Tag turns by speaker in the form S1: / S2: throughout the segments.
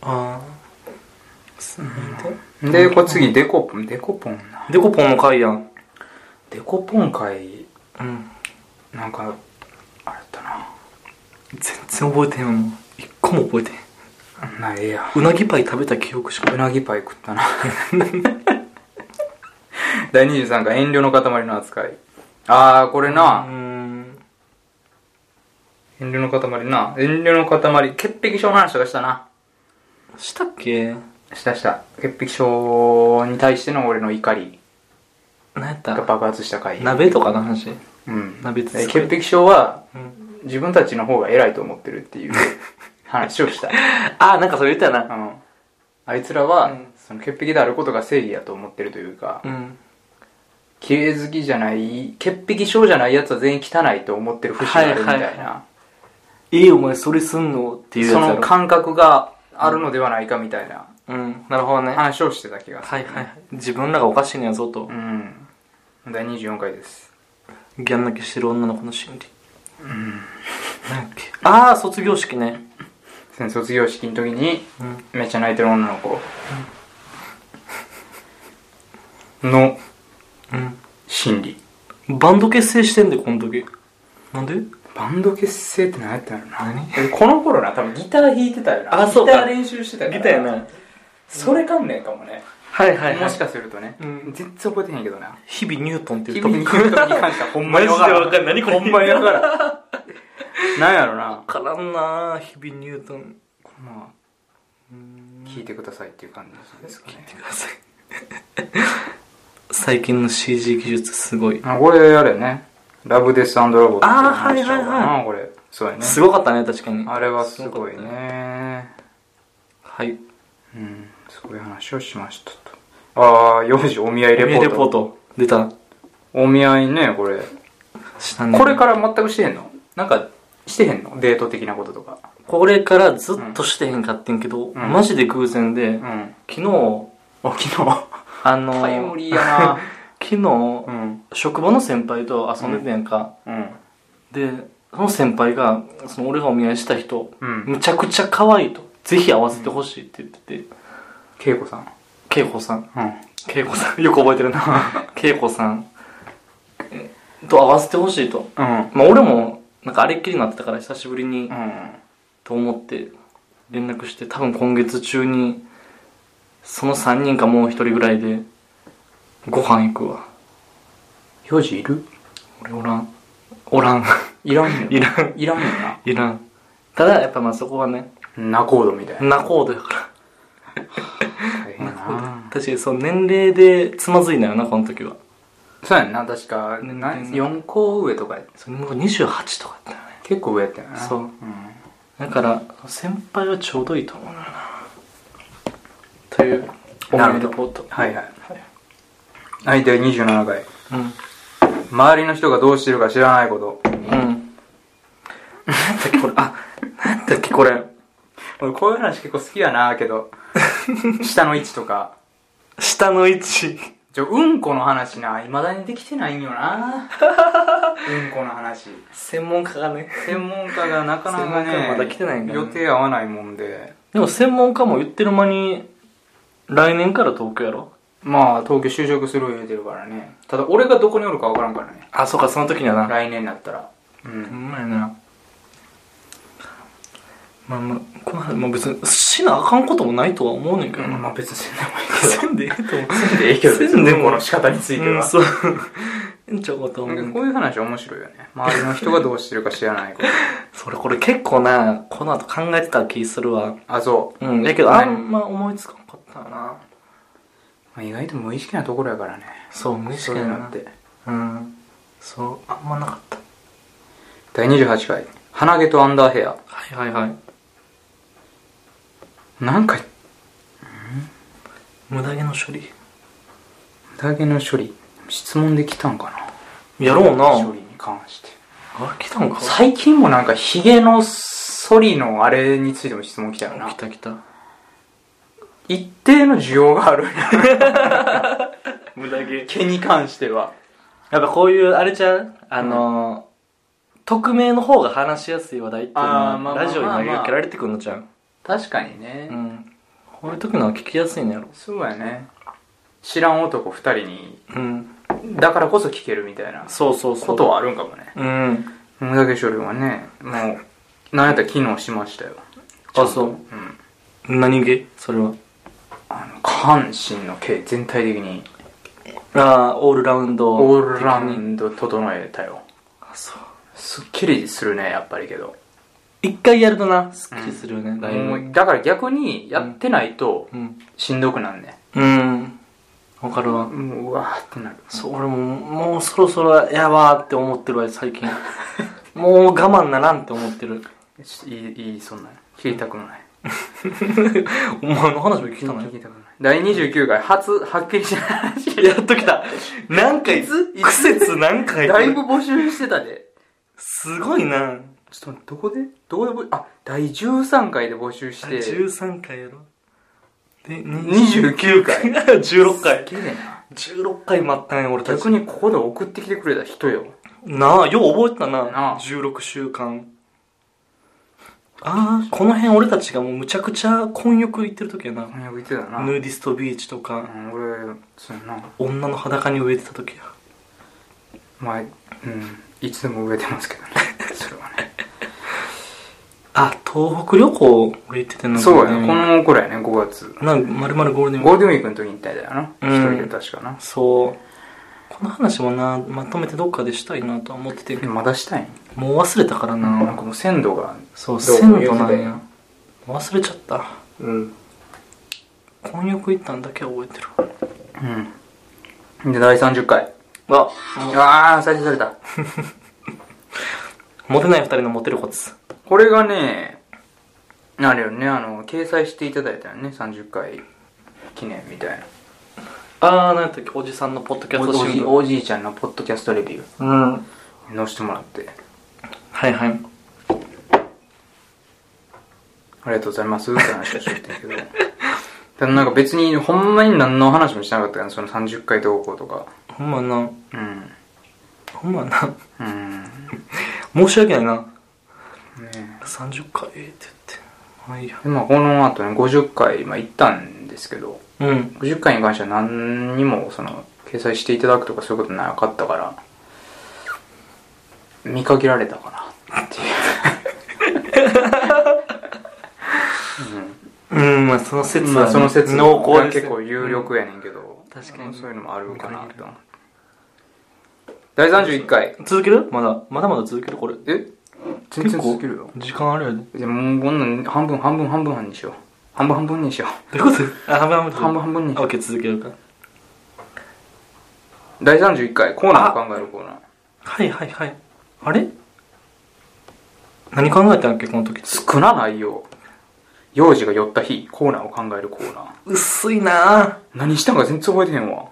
S1: あ
S2: すん
S1: あでこれ次デコポンデコポンな
S2: でデコポンの回やん
S1: デコポン会
S2: うん
S1: なんかあれやったな
S2: 全然覚えてへんもん一個も覚えてへん
S1: あんなええやん
S2: うなぎパイ食べた記憶しか
S1: う
S2: ない
S1: なぎパイ食ったな 第23回遠慮の塊の扱いああこれ
S2: う
S1: な、
S2: ん
S1: 遠慮の塊な遠慮の塊潔癖症の話とかしたな
S2: したっけ
S1: したした潔癖症に対しての俺の怒り
S2: 何やっ
S1: が
S2: た
S1: 爆発した回
S2: 鍋とかの話
S1: うん
S2: 鍋つつ
S1: え潔癖症は
S2: うん
S1: 自分たちの方が偉いと思ってるっ ていう話をした
S2: ああなんかそれ言ったよ
S1: あ
S2: な
S1: のあいつらは、
S2: うん
S1: その潔癖であることが正義やと思ってるというか、
S2: うん
S1: 綺麗好きじゃない潔癖症じゃないやつは全員汚いと思ってる節があるみたいな、
S2: はいはいはええお前それすんのっていうやつ
S1: そ
S2: やろ
S1: の感覚があるのではないかみたいな
S2: うんなるほどね
S1: 話をしてた気がす
S2: は
S1: る、
S2: いはいはい自分らがおかしいのやぞと
S1: うん第24回です
S2: ギャン泣きしてる女の子の心理うんなんだっけああ卒業式ね
S1: その卒業式の時に
S2: うん
S1: めっちゃ泣いてる女の子の心理
S2: うんバンド結成してんでこの時なんで
S1: バンド結成って何やったんやろな
S2: 何
S1: えこの頃な多分ギター弾いてたよな
S2: あそうか
S1: ギター練習してたから
S2: ギターやな
S1: それ関連かもね、
S2: はいはいはい
S1: もしかするとね、
S2: うん
S1: 全然覚えてへんけどな
S2: 日々ニュートンってい
S1: 君
S2: うトピ
S1: に
S2: ッ
S1: 関
S2: ク
S1: してはほんまに
S2: マ
S1: わ
S2: ジでわかんない何これ
S1: ほんまに わからんなんやろな
S2: わからんなあ日々ニュートン
S1: まあ聞いてくださいっていう感じですかね
S2: 見てください最近の CG 技術すごい
S1: あこれあれねラブデスラボット
S2: あーはいはいはい
S1: これそうやね
S2: すごかったね確かに
S1: あれはすごい
S2: すごかった
S1: ね
S2: はい
S1: うんそういう話をしましたとああ幼児お見合いレポート
S2: レポート出た
S1: お見合いねこれ
S2: したね
S1: これから全くしてへんのなんかしてへんのデート的なこととか
S2: これからずっとしてへんかってんけど、
S1: ん
S2: マジで偶然で、
S1: うん
S2: 昨日
S1: あ昨日
S2: あの
S1: タイムリーや
S2: 昨日、
S1: な うん
S2: 職場の先輩と遊んでたやんか、
S1: うん
S2: でその先輩がその俺がお見合いした人、
S1: うん
S2: むちゃくちゃ可愛いとぜひ会わせてほしいって言ってて
S1: 恵子さん
S2: 恵子さん
S1: うん
S2: 恵子さん よく覚えてる な恵子さんえと会わせてほしいと
S1: うん
S2: まあ俺もなんかあれっきりになってたから久しぶりに、
S1: うん
S2: と思って連絡して多分今月中にその3人かもう1人ぐらいでご飯行くわ
S1: 幼児いる
S2: 俺おらんおらん
S1: いらんねん
S2: いらん
S1: いらんねんない
S2: らんただやっぱまあそこはね
S1: 仲人みたいな
S2: 仲人やか
S1: 大変
S2: ら
S1: やな
S2: 確かにその年齢でつまずいなよなこの時は
S1: そうやんな確か
S2: うん
S1: な4個上とかや
S2: それもう28とかやったよね
S1: 結構上やったよな
S2: そうんだから先輩はちょうどいいと思うなというお
S1: な
S2: 見
S1: るほど
S2: レポート
S1: はいはいはい第27回
S2: うん
S1: 周りの人がどうしてるか知らないこと
S2: うん。なんだっけこれ、あ、なんだっけこれ。
S1: 俺こういう話結構好きやなけ ど下の位置とか
S2: 下の位置。
S1: ちょうんこの話ないまだにできてないんよ なうんこの話
S2: 専門家がね。
S1: 専門家がなかなか
S2: 専門家
S1: ね
S2: まだ来てないんだよ
S1: 予
S2: ね
S1: 定合わないもんで
S2: でも専門家も言ってる間に、来年から東京やろ
S1: まあ東京就職する言うてるからねただ俺がどこにおるか分からんからね
S2: あ、そうか、その時にはな。
S1: 来年になったらうん
S2: んまやな。まあまあ、この話、まあ別に、しなあかんこともないとは思うねんけどな。
S1: まあ別にせんでもいい
S2: せんでええと思う。
S1: けど影響です
S2: せんでも
S1: うんこの仕方について
S2: うん、
S1: は
S2: そう。 えんちゃうかと思
S1: なんか
S2: う。
S1: こういう話面白いよね周りの人がどうしてるか知ら ないこと
S2: それこれ結構な、この後考えてた気するわ。
S1: あそ
S2: うん、やけどあんま思いつかなかったよな。
S1: う、まあ、意外と無意識なところやからね
S2: そう、無意識
S1: そう
S2: だ
S1: い
S2: よ
S1: う
S2: な
S1: のって
S2: うんそうあんまなかった
S1: 第28回鼻毛とアンダーヘア
S2: はいはいはい
S1: なんか
S2: 無駄毛の処理
S1: 鼻毛の処理質問で来たんかな
S2: やろうな
S1: 処理に関して
S2: あれ来たんか
S1: 最近もなんかヒゲの剃りのあれについても質問来たよな
S2: 来た来た
S1: 一定の需要がある
S2: 無駄毛やっ
S1: 毛に関しては
S2: ぱこういうあれちゃうあのー匿名の方が話しやすい話題っていうの
S1: あーまあま
S2: は
S1: あまあ
S2: ラジオに投げかけられてくるのじゃん
S1: 確かにね
S2: うんこういう時のは聞きやすいのやろ
S1: そうやね知らん男二人に
S2: うん
S1: だからこそ聞けるみたいな
S2: そうそうそう
S1: ことはあるんかもね
S2: うん
S1: 武田化粧はねもう何やったら機能しましたよ
S2: あそう
S1: うん
S2: 何毛それは
S1: あの下半身の毛全体的に
S2: ああオールラウンド
S1: オールラウンド整えたよ
S2: あそう
S1: すっきりするねやっぱりけど
S2: 一回やるとなすっきりするよね、だいぶ
S1: もうだから逆にやってないと
S2: うん
S1: しんどくなんね
S2: うんわかるわ
S1: もううわーってなる
S2: そう俺ももうそろそろやばーって思ってるわ最 近もう我慢ならんって思って る
S1: ちょっといいいいそんなの聞いたくもない
S2: お前の話も聞いたのよ
S1: 聞いたくもない第29回初はっきりした話
S2: やっときた何回苦節何回
S1: だいぶ募集してたです
S2: ごいな
S1: ちょっと待ってどこでどこで募あ第13回で募集して
S2: 13回やろで20
S1: 29回
S2: 16回
S1: すげえな
S2: 16回待ったね俺たち
S1: 逆にここで送ってきてくれた人よ
S2: なあよう覚えてたな
S1: なあ
S2: 16週間ああこの辺俺たちがもうむちゃくちゃ混浴行ってる時やな
S1: 翻訳言ってたな、
S2: ヌーディストビーチとか、
S1: うん、俺そうやな
S2: 女の裸に植えてた時や
S1: まあうんいつでも植えてますけ どねそれはね
S2: あ東北旅行俺行っててんの
S1: そうやね
S2: ゴ
S1: こ
S2: ール
S1: の頃やね5月
S2: デンウィークなんまるまるゴールデンウィ
S1: ゴー
S2: ー
S1: ルデンウィークの時に行ったんだよな
S2: う
S1: 一、
S2: ん
S1: 人で確かな
S2: クそうこの話もなまとめてどっかでしたいなとは思っててんけど
S1: まだしたいん
S2: もう忘れたからな、
S1: なんかもう鮮度が
S2: そう
S1: どう
S2: 鮮度な
S1: 言うて
S2: ん
S1: た
S2: や
S1: よ
S2: 忘れちゃった
S1: うん
S2: 混浴行ったんだけは覚えてる
S1: うんで第30回
S2: わ
S1: ああ再生された
S2: モテない二人のモテるコツ
S1: これがねあれよねあの掲載していただいたよね30回記念みたいな
S2: ああ何やったっけおじさんのポッドキャスト
S1: おじ
S2: 新聞
S1: おじいちゃんのポッドキャストレビュー
S2: うんは
S1: 載せてもらって
S2: いはい
S1: ありがとうございますって話はしとって んけどただなんか別にほんまに何の話もしてなかったよねその30回投稿とか
S2: ほんまな
S1: うん
S2: ほんまな
S1: うんね
S2: 申し訳ないな
S1: え
S2: 30回ええって言ってまあいいや
S1: でまあ、この後ね、50回、まあ、行ったんですけど、
S2: うん
S1: 50回に関しては何にも、その、掲載していただくとかそういうことなかったから、見限られたかな、っていう。
S2: うんまあその説
S1: うん、まあ、その説
S2: 濃厚
S1: が
S2: です
S1: 結構有力やねんけど、
S2: 確かに
S1: そういうのもあるかなと思って。第31回。
S2: 続けるまだまだまだ続けるこれ
S1: え全然続けるよ。
S2: 時間あるやでど
S1: でもうこんなん半分半分半分半にしよう。半分半分にしよう。
S2: ういうことあ半分半分
S1: 半分半分にしよう
S2: オッケー続けるか
S1: 第31回コーナーを考えるコーナー
S2: はいはいはいあれ何考えたんやっけこの時
S1: 少なないよ幼児が寄った日コーナーを考えるコーナー
S2: 薄いなあ
S1: 何したんか全然覚えてへんわ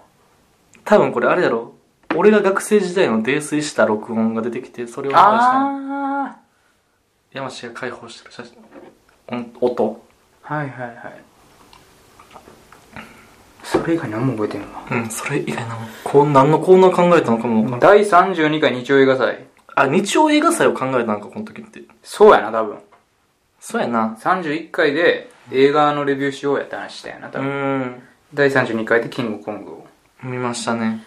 S2: 多分これあれやろ俺が学生時代の泥酔した録音が出てきてそれを流したんや
S1: あ
S2: 山氏が解放してる写真音音
S1: あはいはいはいそれ以外何も覚えてへんわ
S2: うんそれ以外のこう何のコーナー考えたのかもわからん
S1: 第32回日曜映画祭
S2: あ日曜映画祭を考えたのかこの時って
S1: そうやな多分
S2: そうやな
S1: 31回で映画のレビューしようやって話したやな
S2: う
S1: 多分、
S2: ーん
S1: 第32回でキングコングを
S2: 見ましたね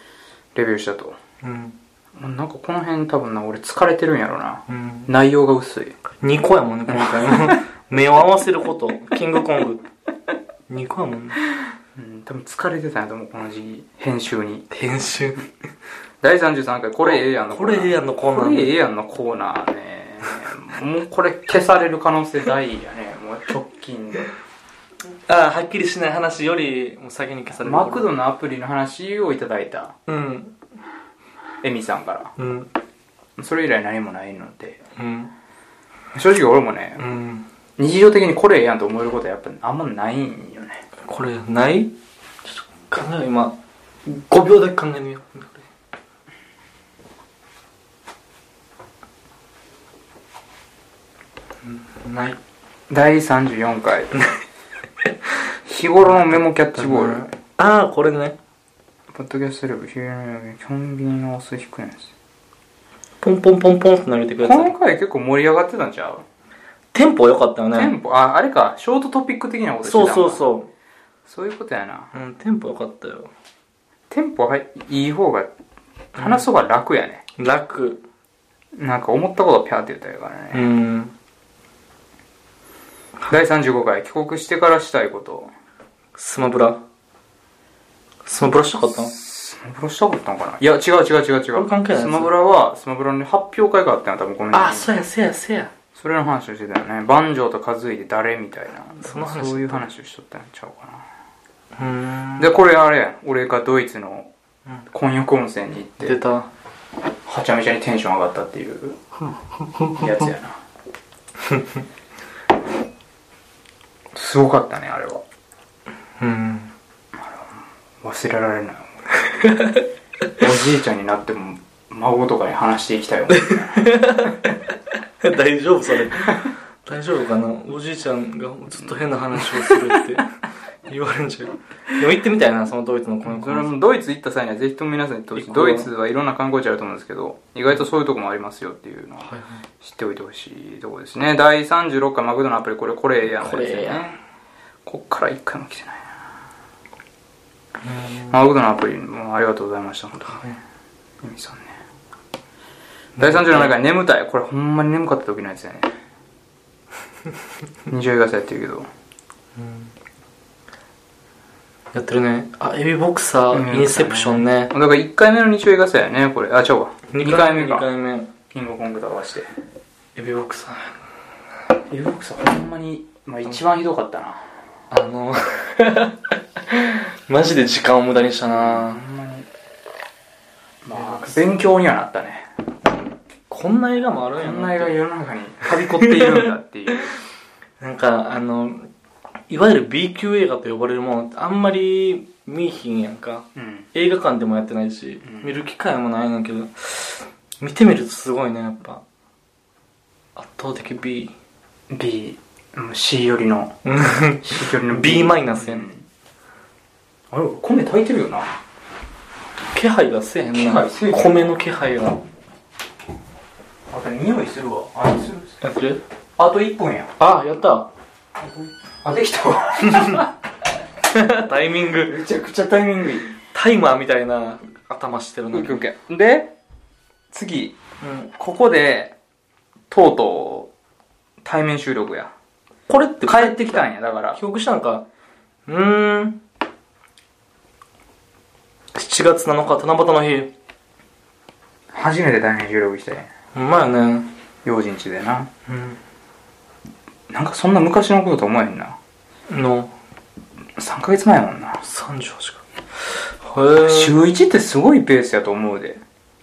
S1: レビューしたと
S2: うん
S1: なんかこの辺多分な俺疲れてるんやろな
S2: うん
S1: 内容が薄い
S2: 2個やもんね今回も 目を合わせることキングコング2個やもんね
S1: うん多分疲れてたんやと思うこの時期編集に
S2: 編集
S1: 第33回これええやんの
S2: これええやんのコーナー
S1: これええやんのコーナーねもうこれ消される可能性大やねもう直近 で
S2: ああはっきりしない話よりもう先に消される
S1: マクドのアプリの話をいただいた
S2: うん
S1: エミさんから
S2: うん
S1: それ以来何もないので
S2: うん
S1: 正直俺もね
S2: うん
S1: 日常的にこれええやんと思えることはやっぱあんまないんよね
S2: これないちょっと考えよう今5秒だけ考えてみよううんない
S1: 第34回 日頃のメモキャッチボール
S2: ああこれね
S1: ポッドキャストレビュー昼の夜コンビニのお酢引くんです
S2: ポンポンポンポンって投げてくれ
S1: こ
S2: た
S1: の回結構盛り上がってたんちゃう
S2: テンポ良かったよね。
S1: テンポ、あ、あれか、ショートトピック的なことして
S2: そ
S1: たん
S2: う
S1: か
S2: そうそう
S1: そういうことやな。
S2: う。うん、テンポ良かったよ。
S1: テンポはいいい方が、話す方が楽やね。
S2: 楽。
S1: なんか思ったことをピャーって言ったらいいからね。
S2: うん。
S1: 第35回、帰国してからしたいこと。
S2: スマブラ。スマブラしたかった
S1: スマブラしたかったのかないや、違う違う違う違
S2: これ
S1: う。
S2: 関係ない
S1: スマブラは、スマブラの発表会があったの、多分この
S2: あ、
S1: 時
S2: そうや、せや、せや。
S1: それの話をしてたよね。万丈と和ズで誰みたいな。
S2: その話
S1: そういう話をしとったんちゃうかな。
S2: うーん。
S1: で、これあれやん。俺がドイツの混浴温泉に行って
S2: 出、た。
S1: はちゃめちゃにテンション上がったっていうやつやなすごかったねあれは
S2: うん。
S1: 忘れられない俺おじいちゃんになっても孫とかに話していき たいもん
S2: 大丈夫それ。大丈夫かなおじいちゃんがずっと変な話をする って言われるんちゃうでも行ってみたいな、そのドイツのこの
S1: それもドイツ行った際にはぜひとも皆さんに行ってほしい
S2: 行こう
S1: ドイツはいろんな観光地あると思うんですけど意外とそういうとこもありますよっていうのを
S2: はいはい。
S1: 知っておいてほしいとこですね第36回マクドのアプリこれこれやんです
S2: こ
S1: よ
S2: れや
S1: ねこっから一回も来てないなマクドのアプリもありがとうございました本当にゆみさんね第37回眠たいこれほんまに眠かった時のやつ やね二条映画祭やってるけど
S2: やってるね。あ、エビボクサ
S1: うん
S2: ー、インセプションね
S1: だ。から1回目の二条映画祭やねこれあ違うわ2回目
S2: 二
S1: か
S2: 回目。
S1: キングコングと合わせて
S2: エビボクサー。
S1: ユーロックさんほんまに、まあ、一番ひどかったな
S2: あの、 マジで時間を無駄にしたな
S1: ほんまにまあ勉強にはなったね
S2: こんな映画もあるんや
S1: こ
S2: なん
S1: な映画世の中にはびこっているんだっていう
S2: なんか、あの、いわゆる B 級映画と呼ばれるものってあんまり見いひんやんか。
S1: うん
S2: 映画館でもやってないし、
S1: うん
S2: 見る機会もないねんけど、見てみるとすごいね、やっぱ。圧倒的 B。
S1: B うん C よりの C よりの
S2: B マイナスやねん。
S1: あれ米炊いてるよな
S2: 気配がせえへん
S1: 気
S2: な
S1: 配せえへん
S2: 米の気配が
S1: あと匂いするわあれする
S2: やってる
S1: あと1分や
S2: あやった
S1: あできたわ
S2: タイミング
S1: めちゃくちゃタイミングいい
S2: タイマーみたいな頭してるな、
S1: オ
S2: う
S1: ッ
S2: ん
S1: ケーオッケーで次ここでとうとう対面収録や
S2: これって
S1: 帰ってきたんやだから
S2: 記憶したんかうーん7月7日七夕の日
S1: 初めて対面収録したんや
S2: ほんまやね
S1: 用心地でな
S2: う
S1: なんかそんな昔のことと思えへんなん
S2: の
S1: 3ヶ月前やもんな
S2: 38時間へ
S1: 週1ってすごいペースやと思うで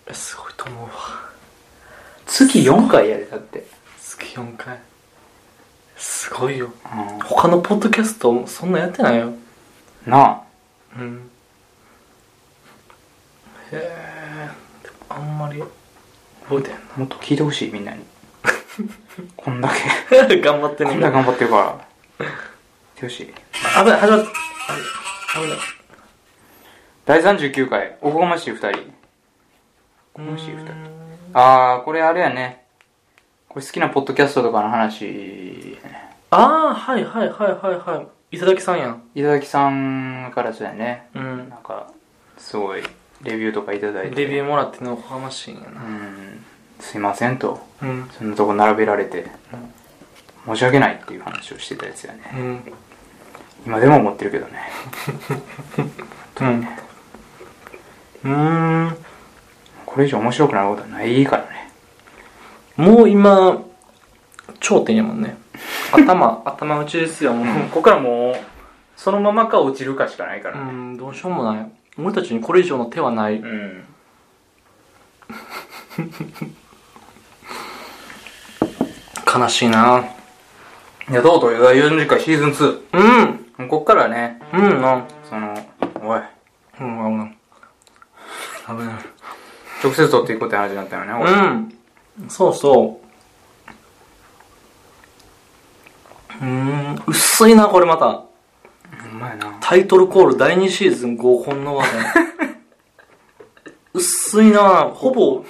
S2: えすごいと思うわ
S1: 月4回やでだって
S2: 月4回すごいよ
S1: うん
S2: 他のポッドキャストそんなやってないよ
S1: な
S2: うんへえあんまり覚えてへん
S1: あもっと聞いてほしいみんなにこんだけ
S2: な 頑張って
S1: こ
S2: ね
S1: んな頑張ってるから。よし。
S2: あ危ない始まったあ危ない
S1: 第39回、おこがましい二人。おこがましい二
S2: う
S1: 人。
S2: ーん
S1: あー、これあれやね。これ好きなポッドキャストとかの話、
S2: ああはいはいはいはいはい頂きさんやん
S1: いただきさんからそうやね。
S2: うん
S1: なんか、すごい、レビューとかいただいて。
S2: レビューもらってんのおこがましいんや
S1: う、
S2: なん
S1: すいませんと。
S2: うん
S1: そんなとこ並べられて、申し訳ないっていう話をしてたやつやね。
S2: うん
S1: 今でも思ってるけどね。
S2: うんうーん
S1: これ以上面白くなることはないからね。
S2: もう今頂点やもんね頭 頭打ちですよもう
S1: ここからもう、そのままか落ちるかしかないか
S2: う
S1: らね。
S2: んどうしようもない俺たちにこれ以上の手はない
S1: うん。
S2: 悲しいない
S1: や、とうとう第40回シーズン
S2: うん
S1: 2。こっからはね、
S2: うんな
S1: その、おい、
S2: うん危ない
S1: 直接撮っていこうって話になったよね、
S2: 危
S1: 俺
S2: ないうんそうそううーん薄いなこれまた
S1: ほんまやな。
S2: タイトルコール第2シーズン合コンの話題薄いなほぼ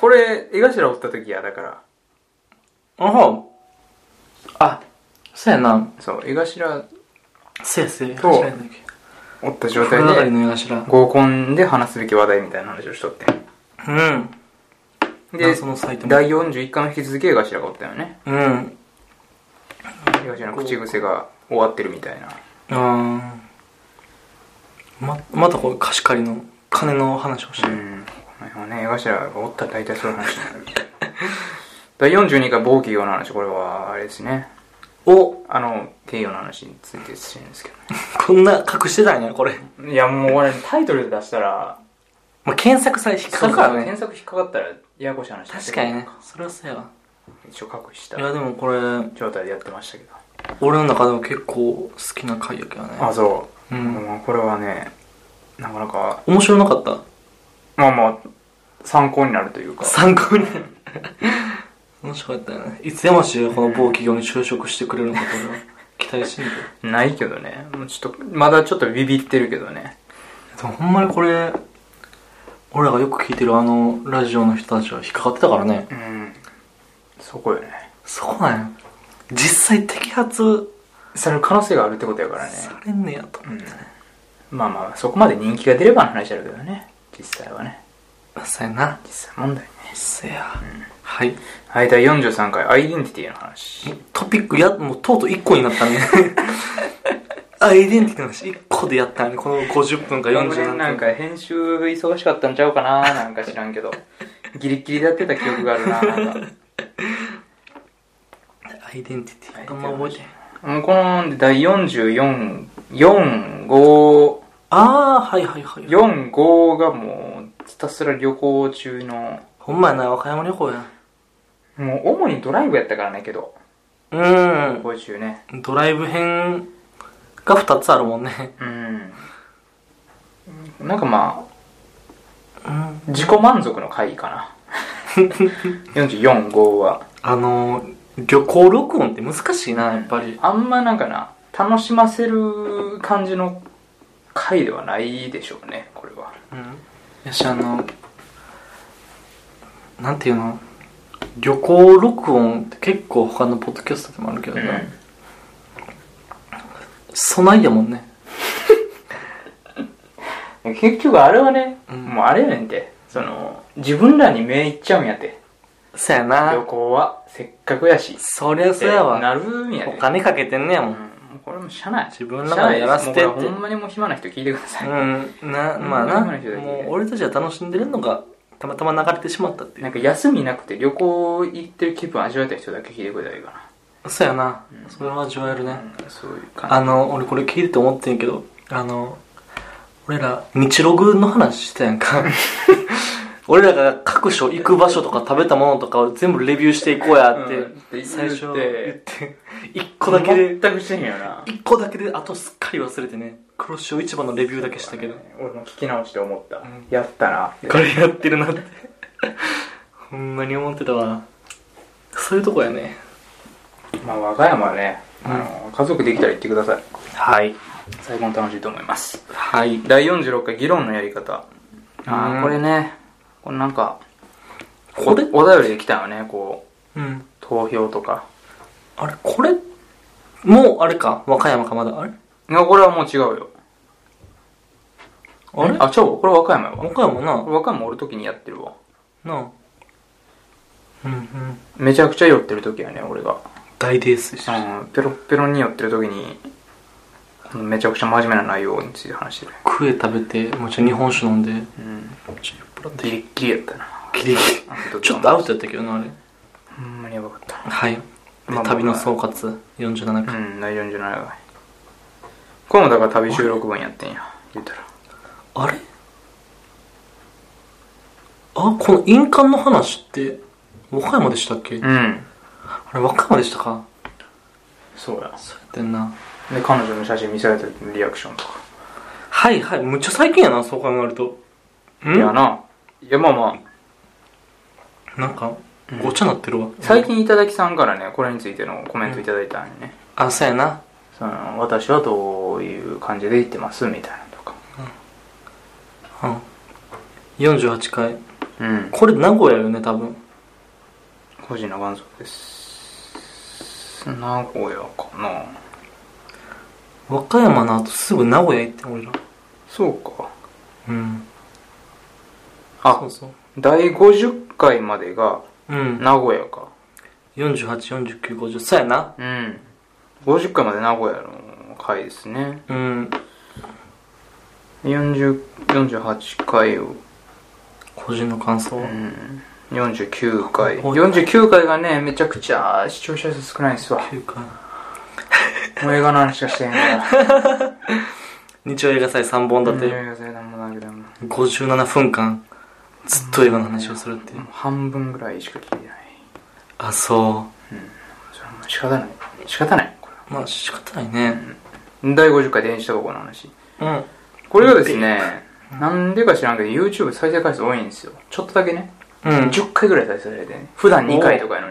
S1: これ、江頭おった時や、だから。
S2: あは
S1: あ、
S2: そうやな。
S1: そう、江頭
S2: せやせや。
S1: そう
S2: 知らんやったっけ
S1: おった状
S2: 風呂上が
S1: 態
S2: り
S1: で、
S2: の絵頭。
S1: 合コンで話すべき話題みたいな話をしとってん
S2: うん。
S1: で、
S2: 謎のサイトも
S1: 第41回の引き続き江頭がおったよね。
S2: うん。
S1: 江頭の口癖が終わってるみたい
S2: あ
S1: な。
S2: ーま、またこれ貸し借りの金の話をし
S1: う
S2: てる。
S1: ん。このね、江頭がおったら大体そういう話になる みたいな。第42回、某企業の話、これは、あれですね。
S2: お
S1: あの、企業の話についてしてるんですけど
S2: こんな隠してたんや、これ。
S1: ね。いや、もう俺、タイトルで出したら、
S2: まあ、検索さえ引っかかるからね
S1: 検。索引っかかったら、ややこしい話になって
S2: 確
S1: く
S2: か
S1: る
S2: にね。それはそうやわ。
S1: 一応確保した
S2: いや、でもこれ、
S1: 状態でやってましたけど。
S2: 俺の中でも結構好きな回やけどね。
S1: あ、そう。
S2: う。
S1: うんん、これはね、なかなか、
S2: 面白なかった
S1: まあまあ、参考になるというか。
S2: 参考になる 面白かったよねいつ山氏がこの某企業に就職してくれるのかと俺は期待してんだけ
S1: ないけどね。もうちょっと、まだちょっとビビってるけどね。
S2: どでもほんまにこれ俺らがよく聞いてるあのラジオの人たちは引っかかってたからね
S1: うん。そこよね。
S2: そうなんや実際摘発
S1: される可能性があるってことやからね。
S2: されんねやと思ってね、
S1: まあまあ、そこまで人気が出ればの話だけどね。実際はね。
S2: そうやな
S1: 実際問題ね。
S2: せや、はい
S1: はい、第43回、アイデンティティの話。
S2: トピックやもうとうとう1個にな ったねアイデンティティの話1個でやったねこの50分か
S1: 4
S2: 47
S1: 年
S2: 分
S1: なんか編集忙しかったんちゃうかななんか知らん けど。ギリギリでやってた記憶があるななんか。
S2: アイデンティティあんま覚えてない
S1: もうこの、第44、4、5、
S2: ああ、はいはいはい。
S1: 4、5がもう、ひたすら旅行中の、
S2: ほんまやな、和歌山旅行や。
S1: もう主にドライブやったからねけど、
S2: う
S1: 旅行中ね。
S2: ん。ドライブ編が2つあるもんね。
S1: うん。なんかま
S2: うん。
S1: あ、自己満足の回かな。44、5は。
S2: あのー、旅行録音って難しいな、やっぱり。
S1: あんまなんかな、楽しませる感じの回ではないでしょうね、これは。
S2: うん。よし、あの、なんていうの旅行録音って結構他のポッドキャストでもあるけど
S1: う
S2: な、
S1: ん。
S2: 備えやもんね。
S1: 結局あれはね、
S2: うん
S1: もうあれやねんてその自分らに目いっちゃうんやて
S2: そや
S1: 旅
S2: な。
S1: 行はせっかくやし
S2: そりゃそうや
S1: って
S2: わ。
S1: なるんや
S2: お
S1: で、
S2: 金かけてんねやも
S1: うん、
S2: ん。
S1: もうこれも社内
S2: 自分らがやらせてって
S1: もうこれほんまにもう暇な人聞いてください、
S2: うん、な、まあ
S1: う
S2: な、
S1: ん今の人だけ
S2: もう俺たちは楽しんでるのが、たまたま流れてしまったってい
S1: なん
S2: う。
S1: か休みなくて旅行行ってる気分味わえた人だけ聞いてくれたらいいか
S2: そうやな、それは味わえるね
S1: な、。うんそういう
S2: あ
S1: 感
S2: の、俺これ聞いてて思ってんけど、あの、俺ら、日ログの話してたやん か。俺らが各所行く場所とか食べたものとかを全部レビューしていこうやっ
S1: うんって言
S2: て、
S1: って
S2: 最初言って、一個
S1: じ
S2: だけで、
S1: 全くしてへんよな
S2: 一個だけで、あとすっかり忘れてね、黒潮市場のレビューだけしたけど、
S1: 俺も聞き直して思った、
S2: ん
S1: やったなって
S2: これやってるなってほんまに思ってたわそういうとこやね
S1: まあ和歌山はね、あの家族できたら行ってください
S2: はい
S1: 最高に楽しいと思います
S2: はい
S1: 第46回議論のやり方あ
S2: う
S1: あ
S2: ん
S1: これねこれなんか
S2: これ
S1: おお便りできたよねこう
S2: うん
S1: 投票とか
S2: あれこれもうあれか和歌山かまだあれ
S1: いやこれはもう違うよ
S2: あれ
S1: あ違うわこれ和歌山や
S2: 和
S1: わ
S2: 歌山な
S1: これ和歌山おる時にやってるわ
S2: なうんうん
S1: めちゃくちゃ酔ってる時やね俺が
S2: 大泥酔してる
S1: うんペロッペロに酔ってる時にめちゃくちゃ真面目な内容について話してる
S2: クエ食べてもうちょっと日本酒飲んで
S1: うん
S2: ちょっと酔っ払って
S1: ギリッギリやったな
S2: ギリギリ
S1: あの時は
S2: ちょっとアウトやったけどなあれ
S1: ほんまにやばかった
S2: はいで
S1: まあ
S2: 旅の総括47
S1: う
S2: 回
S1: ん第47回これもだから旅収録分やってんや言うたら
S2: あれあ、この印鑑の話って、和歌山でしたっけ、あ
S1: うん
S2: れ、和歌山でしたか
S1: そうや
S2: そうやってんな。
S1: で彼女の写真見せられた時のリアクションとか、
S2: はいはい、むっちゃ最近やな、そう考えると。ん
S1: いやないやまあまあ
S2: なんか、ごちゃなってるわ。
S1: 最近いただきさんからねこれについてのコメントいただいたんでね、
S2: あ、そうやな。
S1: その私はどういう感じで言ってますみたいなのとか
S2: うん。48回。
S1: うん
S2: これ、名古屋よね、多分。
S1: 個人の満足です名古屋かな
S2: 和歌山の後すぐ名古屋行ってん俺ら
S1: そうか
S2: うんそ
S1: あ
S2: うそう
S1: 第50回までが
S2: うん
S1: 名古屋か
S2: 484950そうやな
S1: うん50回まで名古屋の回ですね
S2: うん
S1: 40 48回を
S2: 個人の感想、
S1: うん49回
S2: ほ
S1: 49回がねめちゃくちゃ視聴者数少ないっす わ
S2: というか
S1: もう映画の話しかしてへんから
S2: 日曜映画祭3本立て、
S1: 映画祭談もなけども
S2: 57分間ずっと映画の話をするっていう、
S1: もう半分ぐらいしか聞いてない
S2: あそ
S1: それはもう仕方ない仕方ないこ
S2: うまあ仕方ないね
S1: れ第50回電子タバコの話
S2: うん
S1: これがですねなんでか知らんけど YouTube 再生回数多いんですよちょっとだけね
S2: うん
S1: 10回ぐらい再生されてね普段2回とかやの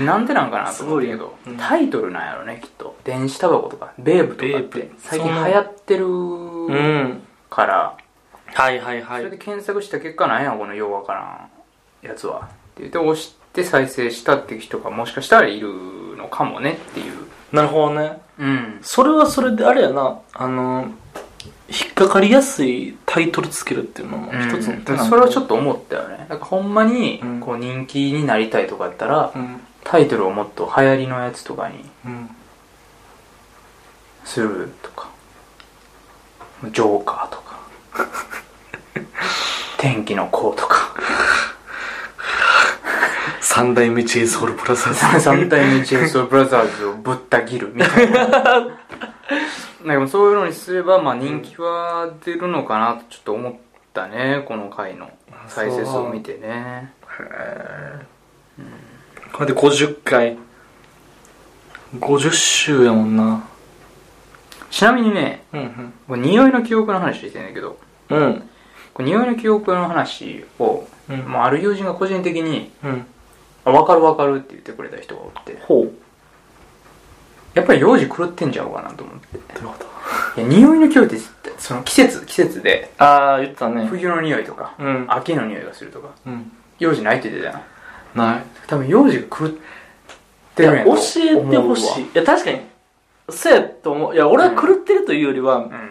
S1: になんでなんかなと思うけ
S2: す
S1: ど、
S2: ごいようん
S1: タイトルなんやろねきっと電子タバコとかベーブとかっ
S2: ベ
S1: て
S2: ーブ
S1: 最近流行って
S2: う
S1: る
S2: ん
S1: から
S2: はいはいは
S1: そ
S2: い
S1: れで検索した結果なんやこのようわからんやつはって言って押して再生したって人がもしかしたらいるのかもねっていう
S2: なるほどね
S1: うん
S2: それはそれであれやなあの引っかかりやすいタイトルつけるっていうのも一つの手なのかな、
S1: それはちょ
S2: っ
S1: っと思ったよねなんかほんまに
S2: うん
S1: こう人気になりたいとかやったら、
S2: とうん
S1: タイトルをもっと流行りのやつとかに
S2: うん
S1: するとかジョーカーとか天気の子とか
S2: 三代目 j ソウルプラザ ーズ
S1: 三体目 JSOUL ブラザーズをぶった切るみたいななんかそういうのにすればまあ人気は出るのかなとちょっと思ったねこの回の再生数を見てね
S2: これで50回50週やもんな
S1: ちなみにね
S2: うん
S1: これ匂いの記憶の話してんだけど
S2: うんうん
S1: これ匂いの記憶の話を、
S2: うん
S1: まあ、ある友人が個人的に
S2: うん
S1: 「あ分かる分かる」って言ってくれた人がおって
S2: ほう
S1: やっぱり幼児狂ってんちゃうかなと思っ
S2: ど
S1: て
S2: ういうこと
S1: いや匂いの記憶ってその季節季節で
S2: ああ言ってたね
S1: 冬の匂いとか
S2: うん
S1: 秋の匂いがするとか
S2: うん
S1: 幼児ないって言ってたよ
S2: ない
S1: 多分幼児が狂ってるんや
S2: いや教えてほしい
S1: い
S2: いや確かにそうやと思ういや俺は狂ってるというよりは、
S1: うん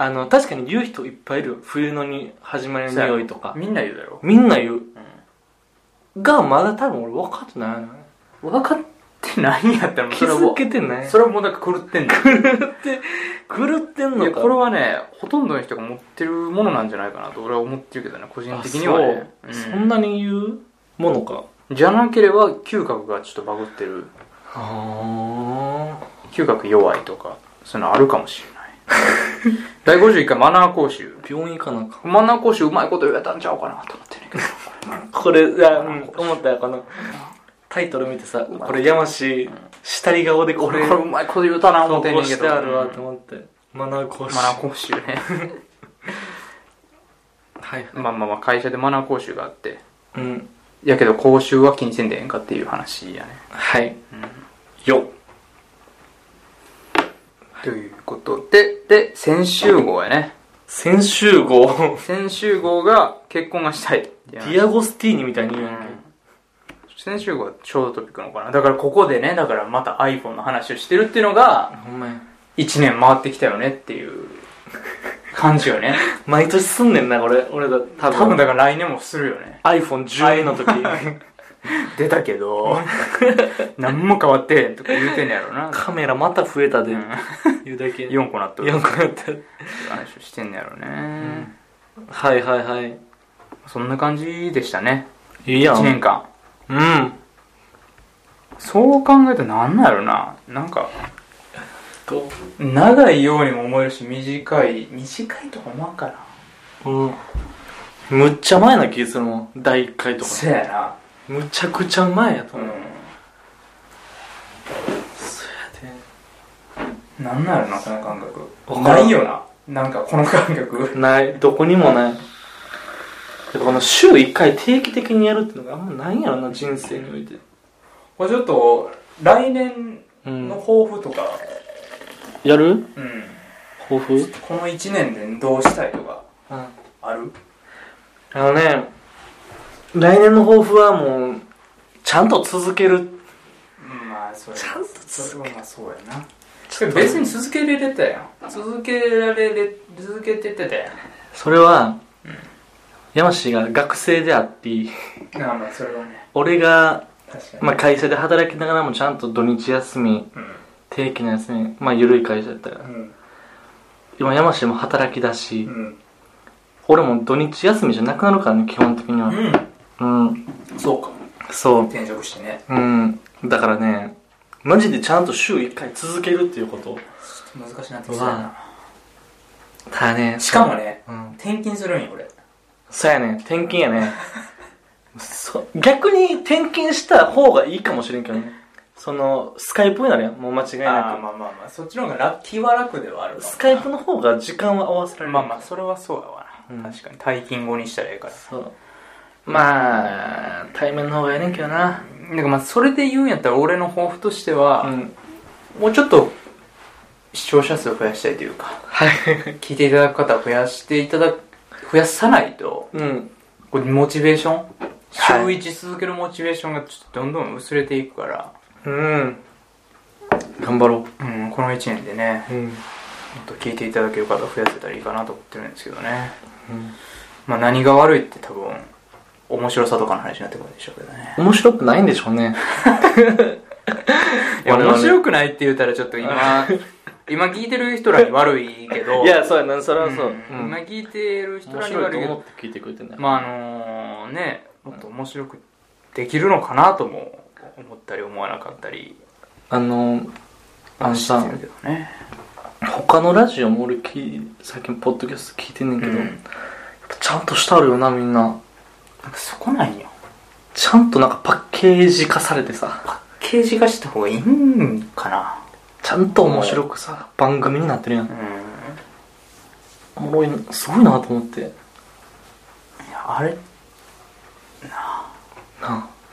S2: あの確かに言う人いっぱいいるよ冬のに始まりの匂いとか
S1: みんな言うだろ
S2: みんな言う、がまだ多分俺分かってないのね
S1: 分かってないんやったらもう
S2: 気
S1: それは
S2: づけてない
S1: それはもうだから狂ってんだよ
S2: 狂ってん
S1: いや
S2: のか
S1: これはねほとんどの人が持ってるものなんじゃないかなと俺は思ってるけどね個人
S2: あ
S1: 的にはね
S2: そう
S1: うん
S2: そんなに言うものか
S1: じゃなければ嗅覚がちょっとバグってる
S2: あ
S1: 嗅覚弱いとかそういうのあるかもしれない第51回マナー講習
S2: ー病院行かなあか
S1: マナー講習うまいこと言えたんちゃうかなと思ってんねんけど
S2: んこれいや、うん、思ったよこのタイトル見てさこれやましい下り顔でこれ
S1: 俺これうまいこと言うたな思
S2: 投
S1: ってんね
S2: 稿
S1: んけ
S2: し
S1: ど
S2: てあるわ
S1: うん
S2: と思ってマナー講師
S1: マナー講習ね
S2: はいはい
S1: まあまあまあ会社でマナー講習があって
S2: うん
S1: やけど講習は気にせんでええんかっていう話やね
S2: はい、よっ
S1: ということでで先週号やね
S2: 先週号
S1: 先週号が結婚がしたいっていう
S2: デ
S1: 話
S2: ィアゴスティーニみたいに言う
S1: う
S2: やんけ
S1: ん先週号はショートトピックのかなだからここでねだからまた iPhone の話をしてるっていうのが
S2: ほんまや
S1: 1年回ってきたよねっていう感じよね
S2: 毎年すんねんなこれ俺だ多
S1: 多分
S2: 分
S1: だから来年もするよね
S2: iPhone10 の時
S1: 出たけ ど何も変わってへんとか言うてんねやろな
S2: カメラまた増えたで
S1: うん
S2: 言うだけ
S1: 4個なっとる
S2: 4個やった
S1: 話をしてんねやろね、
S2: はいはいはい
S1: そんな感じでしたね
S2: いいや
S1: 1
S2: ん
S1: 年間
S2: うん
S1: そう考えるとなんなんやろななんか
S2: と
S1: 長いようにも思えるし短い短いとか思わんかな
S2: うんむっちゃ前な気するもん第1回とか
S1: そやな
S2: むちゃくちゃ前やと
S1: う
S2: 思う、
S1: ん
S2: そうや
S1: なんなんやろなその感覚
S2: わからん
S1: ないよななんかこの感覚
S2: でないどこにもないでこの週1回定期的にやるってのがあんまないんやろな人生において
S1: これちょっと来年
S2: うん
S1: の抱負とか、
S2: やる
S1: うん
S2: 抱負うん
S1: この1年でどうしたいとか
S2: あ
S1: ある
S2: のね来年の抱負はもうちゃんと続ける
S1: まあそれは
S2: ちゃんと
S1: そ
S2: 続
S1: れはまあそうやな
S2: ちょっと
S1: 別に続けられてたやん続けられれ続けててたやん
S2: それは、山氏が学生であって、
S1: あまあそれはね
S2: 俺が、
S1: 確かに、
S2: まあ、会社で働きながらもちゃんと土日休み、定期の休み、まあ、緩い会社だったか
S1: う
S2: ら。
S1: ん
S2: 今、山氏も働きだし、
S1: うんうん
S2: 俺も土日休みじゃなくなるからね、基本的には。
S1: う
S2: うん、
S1: んそうか
S2: そう。
S1: 転職してね
S2: うん、だからね、マジでちゃんと週1回続けるっていうこと。
S1: ちょっと難しくなってきたな
S2: ただね、
S1: しかもね
S2: うん。
S1: 転勤するんよ俺
S2: そうやね、転勤やね。そ逆に転勤した方がいいかもしれんけどね。その、スカイプになるやん、もう間違い
S1: ああ
S2: な
S1: まあまあまあそっちの方が楽気は楽ではある
S2: く。
S1: わ
S2: スカイプの方が時間は合わせられる。
S1: まあまあそれはそうやわな、
S2: うん
S1: 確かに退勤後にしたらええから
S2: そう。まあ、対面の方がええねんけどな。
S1: なんかまあそれで言うんやったら俺の抱負としては、
S2: ん。
S1: もうちょっと視聴者数を増やしたいというか
S2: はい。
S1: 聞いていただく方を増やしていただく増やさないと
S2: うん。
S1: これモチベーション
S2: はい
S1: 週一続けるモチベーションがちょっとどんどん薄れていくから、
S2: うん。頑張ろ
S1: うん、この1年でね
S2: う。うん。
S1: もっと聞いていただける方増やせたらいいかなと思ってるんですけどね、まあ、何が悪いって多分面白さとかの話になってくるんでしょうけどね
S2: 面白くないんでしょうね。
S1: いや
S2: 我々
S1: 面白くないって言ったらちょっと今 今聞いてる人らに悪いけど
S2: いや、そうやな、それ
S1: う
S2: は
S1: ん
S2: そう。
S1: 今聞いてる人
S2: 面
S1: らに
S2: 白い
S1: 悪
S2: と
S1: いけ
S2: 思
S1: ど
S2: って聞いてくれてんだよ。
S1: まああのねもっと面白くできるのかなとも思ったり思わなかったり
S2: あの、あの
S1: し
S2: さ
S1: て、るけどね
S2: 他のラジオも俺き、最近ポッドキャスト聞いてんねんけど、
S1: うん
S2: やっぱちゃんとしてあるよな、みんな。
S1: なんかそこなんよ
S2: ちゃんとなんかパッケージ化されてさ、
S1: 刑事化した方がいいんかな
S2: ちゃんと面白くさ、番組になってるや。
S1: うんん
S2: おもろいな、すごいなと思って。ない
S1: やあれ
S2: あ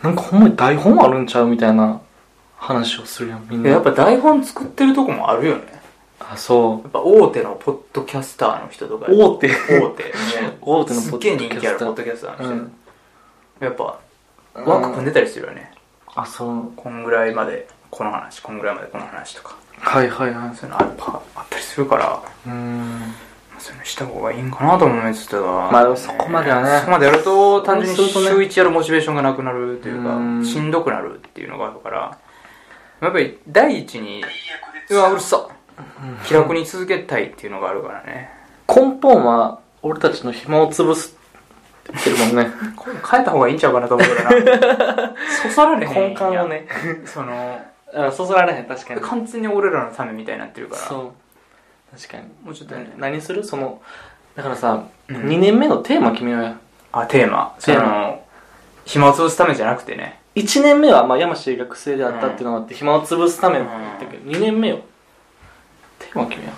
S2: なんかほんまに台本あるんちゃうみたいな話をするやん、みんな。
S1: やっぱ台本作ってるとこもあるよね
S2: あ、そう
S1: や。っぱ大手のポッドキャスターの人とか
S2: 大手。
S1: 大手もう
S2: 大手の
S1: す
S2: ポ
S1: っ
S2: ッド
S1: げ
S2: キ
S1: え
S2: ャスター
S1: 人気あるポッドキャスターの人、
S2: うん
S1: やっぱワーク組んでたりするよね、
S2: あ、そう。
S1: こんぐらいまでこの話こんぐらいまでこの話とか
S2: はいはいはい。
S1: そういうのあっぱあったりするから
S2: うーん。
S1: そういうのした方がいいんかなと思いますけど
S2: まあでもそこまではね
S1: そこまでやると単純
S2: そう
S1: に
S2: するとね
S1: 週一やるモチベーションがなくなるというか
S2: うん
S1: しんどくなるっていうのがあるからやっぱり第一にうわうるさ気楽に続けたいっていうのがあるからね
S2: 根本は俺たちの暇を潰すって言ってるもんね
S1: これ変えた方がいいんちゃうかなと思うけどな そそられへんやん
S2: 根幹を ね
S1: その
S2: あそそられへん確かに
S1: 完全に俺らのためみたいになってるから
S2: そう確かに
S1: もうちょっとね
S2: 何するそのだからさ、
S1: う
S2: 二
S1: ん
S2: 2年目のテーマ決めようや
S1: あテーマそ
S2: テーマ
S1: の暇を潰すためじゃなくてね
S2: 1年目はまあ山師学生であったっていうのがあって、暇を潰すためって言ったけど2年目よテーマ決めよ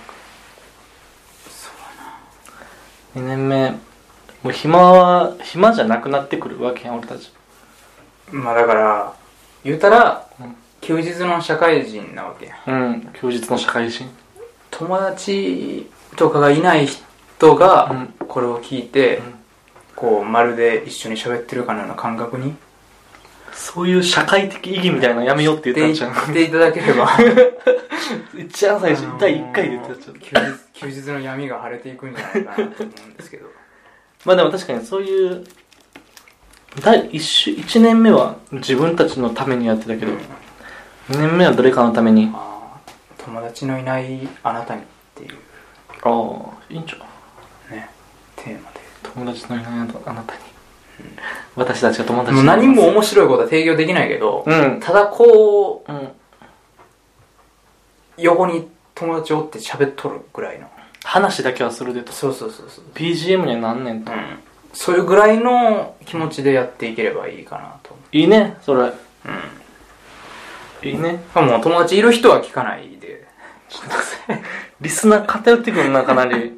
S2: う2年目もう暇は暇じゃなくなってくるわけやん俺たち
S1: まあだから言うたら
S2: うん
S1: 休日の社会人なわけや
S2: うん休日の社会人
S1: 友達とかがいない人が
S2: うん
S1: これを聞いて、
S2: うん
S1: こうまるで一緒に喋ってるかのような感覚に
S2: そういう社会的意義みたいなのやめようって言ったんじゃん
S1: 言っていただければ
S2: 一番最初、
S1: あ のー
S2: 第1回で言ってたちょっと
S1: 休日 休日の闇が晴れていくんじゃないかなと思うんですけど
S2: まあでも確かにそういう第 1, 1年目は自分たちのためにやってたけど、2年目は誰かのためにあ
S1: あー友達のいないあなたにっていう
S2: あいいんちゃう
S1: ねテーマで
S2: 友達のいないあなたあなたに、私たちが友達
S1: もう何も面白いことは提供できないけど、
S2: うん
S1: ただこう
S2: うん
S1: 横に友達おって喋っとるぐらいの
S2: 話だけはするでと
S1: そうそうそうそう
S2: BGM にはなんねんと、
S1: うんそういうぐらいの気持ちでやっていければいいかなと思
S2: いいねそれ
S1: う、うん
S2: いいね
S1: まあもう友達いる人は聞かないで
S2: リスナー偏ってくるなかな り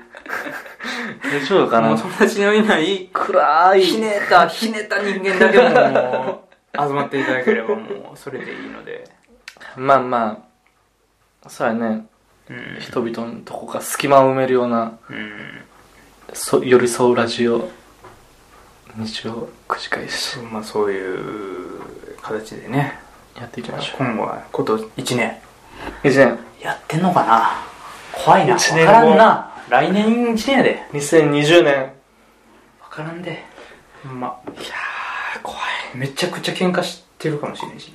S2: 大丈夫か
S1: もう
S2: な
S1: 友達のいない
S2: 暗い
S1: ひねたひねた人間だけでももう集まっていただければもうそれでいいので、
S2: まあまあそうやね
S1: うん
S2: 人々のとこが隙間を埋めるような
S1: うん
S2: そ寄り添うラジオ日曜繰り返し
S1: まあそういう形でね
S2: やっていきましょ
S1: 今後はこと1年
S2: う1年
S1: やってんのかな怖いな
S2: 一
S1: 分
S2: 年
S1: か
S2: 後
S1: らんな来年1年やで
S2: 2020年
S1: 分からんでほんまいやー怖いめちゃくちゃ喧嘩してるかもしれんし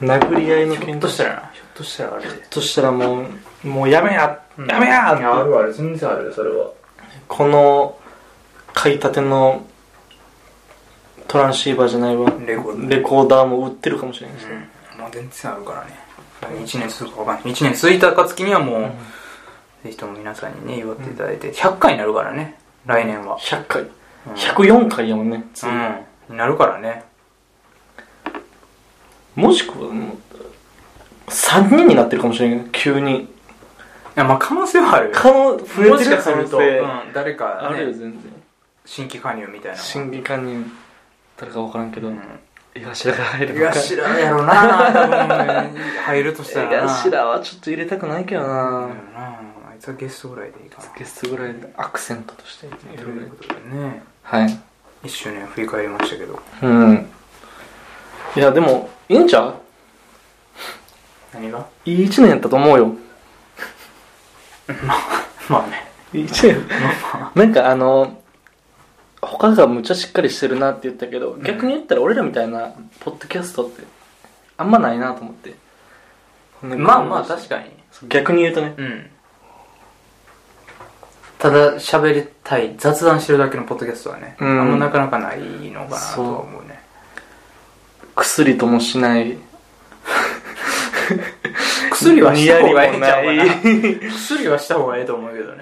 S1: な
S2: 殴り合いの
S1: ひ
S2: 喧
S1: ょ
S2: 嘩
S1: っと
S2: ひ
S1: したらなひょっとしたらあれで
S2: ょっとしたらもうもうやめや、やめや
S1: いやあるある全然あるよそれは
S2: この買いたてのトランシーバーじゃないわ
S1: レゴ
S2: レコーダーも売ってるかもしれないですね、
S1: うん、もう全然あるからね1年続くか分かんない1年続いた暁にはもう、ぜひとも皆さんにね祝っていただいて100回になるからね来年は
S2: 100回
S1: うん
S2: 104回やもんね、次
S1: うんなるからね
S2: もしくはもう3人になってるかもしれない急に
S1: いやまあ可能性はあるよ
S2: 可能増えてる可
S1: も
S2: 能
S1: しかする
S2: 性
S1: と、うん、誰か、
S2: あるよ
S1: ね、
S2: 全然
S1: 新規加入みたいな
S2: 審議官に誰か分からんけど、
S1: う
S2: いわしらが入る
S1: ん
S2: の
S1: いや
S2: か
S1: 知らんやろな多分入るとしたらな
S2: らはちょっと入れたくないけどな、
S1: うんあいつはゲストぐらいでいいかな
S2: ゲストぐらいでアクセントとして入れ
S1: と
S2: るぐらい
S1: い
S2: う
S1: ことでね
S2: はい
S1: 1周年振り返りましたけど
S2: うんいやでもいいんちゃう
S1: 何が
S2: いい一年やったと思うよ
S1: まあね
S2: いい一年なんかあの他がむちゃしっかりしてるなって言ったけど逆に言ったら俺らみたいなポッドキャストってあんまないなと思って
S1: まあまあ確かに
S2: に逆に言うとね
S1: うんただ喋りたい雑談してるだけのポッドキャストはね、
S2: うん
S1: あんまなかなかないのかなとは思うね
S2: 薬ともしない
S1: 薬はした方がええんちゃう
S2: にやりもない
S1: かな薬はした方がええと思うけど ね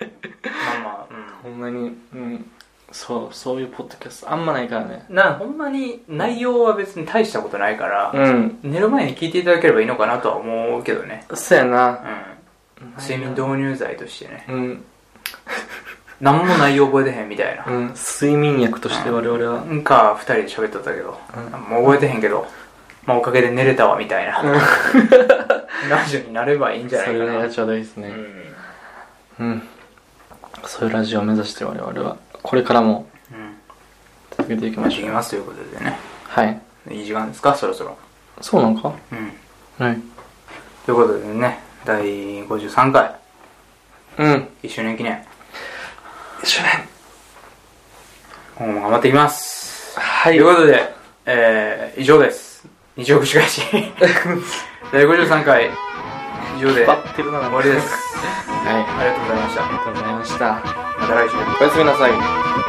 S1: まあまあ
S2: ほんまにうんそうそういうポッドキャストあんまないからね
S1: うんなほんまに内容は別に大したことないから、
S2: うん
S1: 寝る前に聞いていただければいいのかなとは思うけどね
S2: そうやな
S1: うん睡眠導入剤としてね
S2: うん、
S1: 何も内容覚えてへんみたいな、
S2: うん、睡眠薬として我々は
S1: なんか2人で喋っとったけど、
S2: うん
S1: もう覚えてへんけど、まあ、おかげで寝れたわみたいな、 ラジオになればいいんじゃな
S2: そ
S1: いか
S2: れ
S1: な
S2: がちょうどいいです
S1: う
S2: ね
S1: ん
S2: うん、そういうラジオを目指して我々はこれからも
S1: うん
S2: 続けていき
S1: まあ
S2: ま
S1: でき
S2: しょう
S1: ますということでね
S2: はい
S1: いい時間ですかそろそろ
S2: そうなんか
S1: うん
S2: はい
S1: ということでね第53回
S2: うん
S1: 1周年記念
S2: 一緒ね
S1: 今後も頑張っていきます
S2: は
S1: と
S2: い
S1: いうことで、えー、以上です日曜串 返し第53回以上で
S2: 張
S1: 終
S2: ってるな
S1: わりです
S2: はい
S1: ありがとうございました
S2: ありがとうございました
S1: また来週
S2: おやすみなさい
S1: お